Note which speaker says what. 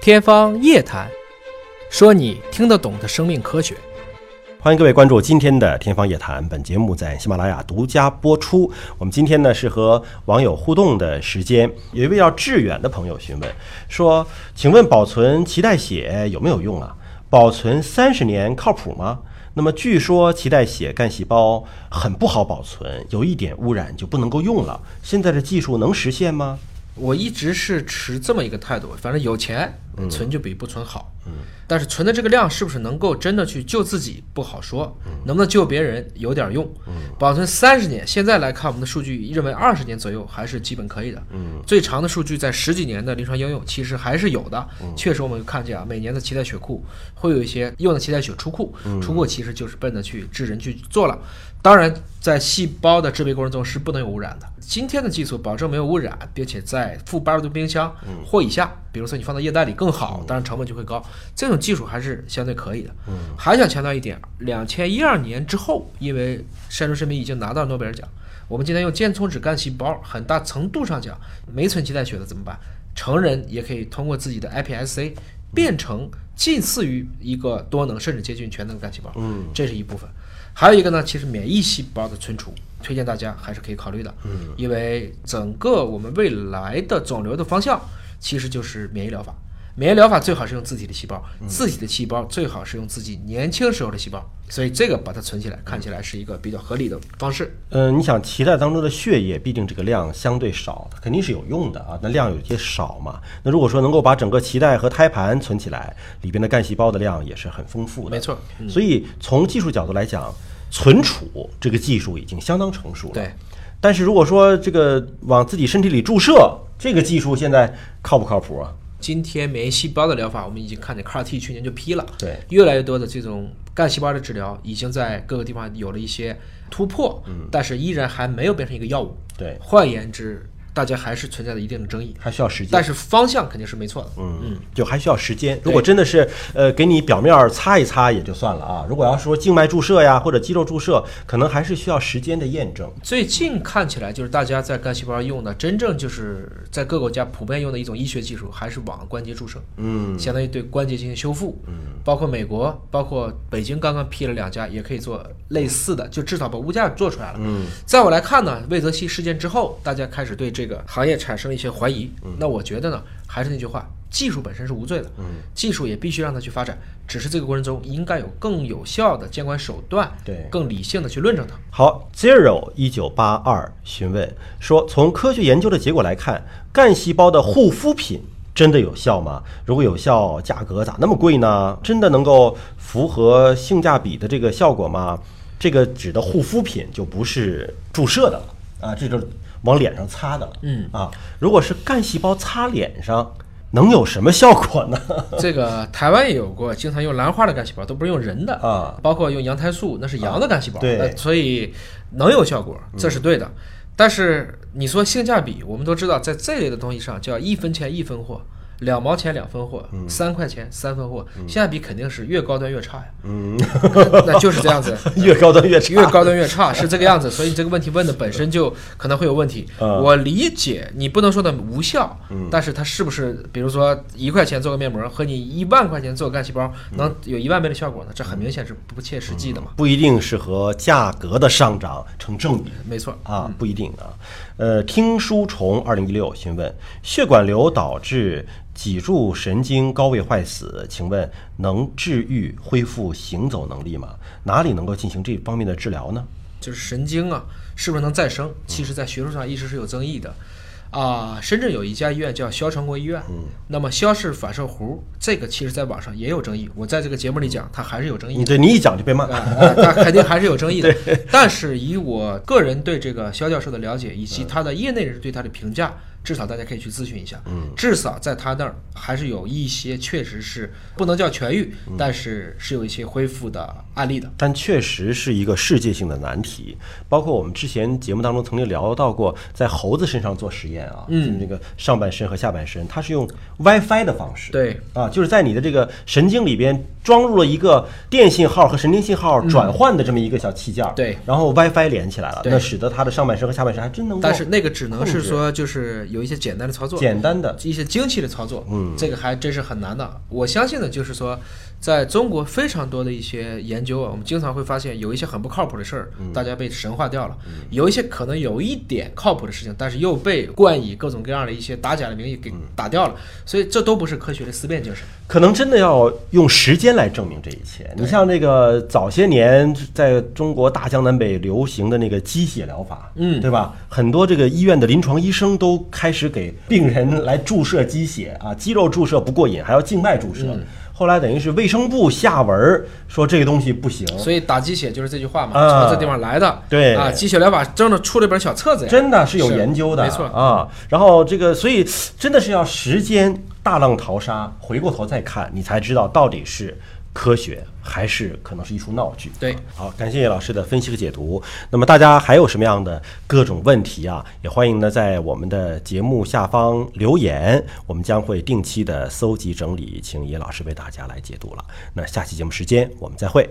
Speaker 1: 天方夜谭，说你听得懂的生命科学。
Speaker 2: 欢迎各位关注今天的《天方夜谭》，本节目在喜马拉雅独家播出。我们今天呢是和网友互动的时间，有一位叫致远的朋友询问说：“请问保存脐带血有没有用啊？保存三十年靠谱吗？”那么据说脐带血干细胞很不好保存，有一点污染就不能够用了。现在的技术能实现吗？
Speaker 1: 我一直是持这么一个态度，反正有钱存就比不存好。嗯，但是存的这个量是不是能够真的去救自己不好说，能不能救别人有点用。保存三十年，现在来看我们的数据认为二十年左右还是基本可以的。嗯，最长的数据在十几年的临床应用其实还是有的。确实我们看见啊，每年的脐带血库会有一些用的脐带血出库，出库其实就是奔着去治人去做了。当然，在细胞的制备过程中是不能有污染的。今天的技术保证没有污染，并且在负八十度冰箱或以下，比如说你放到液氮里更好，当然成本就会高。这种技术还是相对可以的。还想强调一点，两千一二年之后，因为山竹申明已经拿到诺贝尔奖，我们今天用间充质干细胞，很大程度上讲，没存脐带血的怎么办？成人也可以通过自己的 iPSC 变成近似于一个多能甚至接近全能的干细胞，嗯，这是一部分。还有一个呢，其实免疫细胞的存储，推荐大家还是可以考虑的，嗯，因为整个我们未来的肿瘤的方向其实就是免疫疗法。免疫疗法最好是用自己的细胞，自己的细胞最好是用自己年轻时候的细胞，所以这个把它存起来，看起来是一个比较合理的方式。
Speaker 2: 嗯，你想脐带当中的血液，毕竟这个量相对少，它肯定是有用的啊。那量有些少嘛，那如果说能够把整个脐带和胎盘存起来，里边的干细胞的量也是很丰富的。嗯
Speaker 1: 没错，嗯
Speaker 2: 所以从技术角度来讲，存储这个技术已经相当成熟了。
Speaker 1: 对，
Speaker 2: 但是如果说这个往自己身体里注射，这个技术现在靠不靠谱啊？
Speaker 1: 今天免疫细胞的疗法，我们已经看见 CAR T 去年就批了，
Speaker 2: 对，
Speaker 1: 越来越多的这种干细胞的治疗已经在各个地方有了一些突破，嗯，但是依然还没有变成一个药物。
Speaker 2: 对，
Speaker 1: 换言之，大家还是存在着一定的争议，
Speaker 2: 还需要时间。
Speaker 1: 但是方向肯定是没错的。
Speaker 2: 嗯，就还需要时间。如果真的是呃给你表面儿擦一擦也就算了啊，如果要说静脉注射呀或者肌肉注射，可能还是需要时间的验证。
Speaker 1: 最近看起来，就是大家在干细胞用的，真正就是在各个国家普遍用的一种医学技术，还是往关节注射，
Speaker 2: 嗯，
Speaker 1: 相当于对关节进行修复。嗯，包括美国，包括北京刚刚批了两家，也可以做类似的，就至少把物价做出来了。嗯，在我来看呢，魏则西事件之后，大家开始对这个行业产生了一些怀疑。那我觉得呢，还是那句话。技术本身是无罪的，技术也必须让它去发展，只是这个过程中应该有更有效的监管手段，
Speaker 2: 对
Speaker 1: 更理性的去论证它。
Speaker 2: 好，zero 一九八二询问说，从科学研究的结果来看，干细胞的护肤品真的有效吗？如果有效，价格咋那么贵呢？真的能够符合性价比的这个效果吗？这个指的护肤品就不是注射的了啊，这就是往脸上擦的了。
Speaker 1: 嗯
Speaker 2: 啊，如果是干细胞擦脸上，能有什么效果呢？
Speaker 1: 这个台湾也有过，经常用兰花的干细胞，都不是用人的
Speaker 2: 啊，
Speaker 1: 包括用羊胎素，那是羊的干细胞，
Speaker 2: 对
Speaker 1: 呃所以能有效果，这是对的。但是你说性价比，我们都知道，在这类的东西上叫一分钱一分货，两毛钱两分货，
Speaker 2: 嗯
Speaker 1: 三块钱三分货，性价比肯定是越高端越差呀。嗯， 那就是这样子。
Speaker 2: 越高端越差。
Speaker 1: 越高端越差，是这个样子。所以你这个问题问的本身就可能会有问题。我理解你不能说的无效，但是它是不是比如说一块钱做个面膜和你一万块钱做个干细胞能有一万倍的效果呢？这很明显是不切实际的嘛。
Speaker 2: 不一定是和价格的上涨成正比
Speaker 1: 没错，
Speaker 2: 啊，不一定啊。呃，听书虫二零一六询问：血管瘤导致脊柱神经高位坏死，请问能治愈恢复行走能力吗？哪里能够进行这方面的治疗呢？
Speaker 1: 就是神经啊，是不是能再生？其实，在学术上一直是有争议的。啊，深圳有一家医院叫肖成国医院，那么肖氏反射弧这个其实在网上也有争议，我在这个节目里讲，它还是有争议的
Speaker 2: 你。这你一讲就被骂。
Speaker 1: 啊，那肯定还是有争议的。 但是以我个人对这个肖教授的了解，以
Speaker 2: 嗯
Speaker 1: 及他的业内人士对他的评价，至少大家可以去咨询一下。嗯，至少在他那儿还是有一些确实是不能叫痊愈，
Speaker 2: 嗯
Speaker 1: 但是是有一些恢复的案例的。
Speaker 2: 但确实是一个世界性的难题，包括我们之前节目当中曾经聊到过，在猴子身上做实验啊，嗯，那个上半身和下半身，它是用 WiFi 的方式，
Speaker 1: 对，
Speaker 2: 啊，就是在你的这个神经里边装入了一个电信号和神经信号转换的这么一个小器件儿，
Speaker 1: 对
Speaker 2: 然后 WiFi 连起来了，
Speaker 1: 对
Speaker 2: 那使得它的上半身和下半身还真能够，
Speaker 1: 但是那个只能是说，就是有一些简单的操作，
Speaker 2: 简单的，
Speaker 1: 一些精细的操作，嗯，这个还真是很难的。我相信呢，就是说，在中国非常多的一些研究啊，我们经常会发现有一些很不靠谱的事儿，
Speaker 2: 嗯
Speaker 1: 大家被神化掉了；有一些可能有一点靠谱的事情，但是又被冠以各种各样的一些打假的名义给打掉
Speaker 2: 嗯
Speaker 1: 了。所以这都不是科学的思辨精神。
Speaker 2: 可能真的要用时间来证明这一切。你像那个早些年在中国大江南北流行的那个鸡血疗法，
Speaker 1: 嗯
Speaker 2: 对吧？很多这个医院的临床医生都开始给病人来注射鸡血啊，肌肉注射不过瘾，还要静脉注射。后来等于是卫生部下文儿说这个东西不行，
Speaker 1: 所以打鸡血就是这句话嘛，
Speaker 2: 啊
Speaker 1: 从这地方来的。
Speaker 2: 对
Speaker 1: 啊，鸡血疗法真的出了一本小册子呀，
Speaker 2: 真的是有研究的，
Speaker 1: 没错
Speaker 2: 啊。然后这个，所以真的是要时间大浪淘沙，回过头再看，你才知道到底是科学还是可能是一出闹剧。
Speaker 1: 对
Speaker 2: 好，感谢老师的分析和解读。那么大家还有什么样的各种问题啊？也欢迎呢在我们的节目下方留言，我们将会定期的搜集整理，请叶老师为大家来解读了。那下期节目时间我们再会，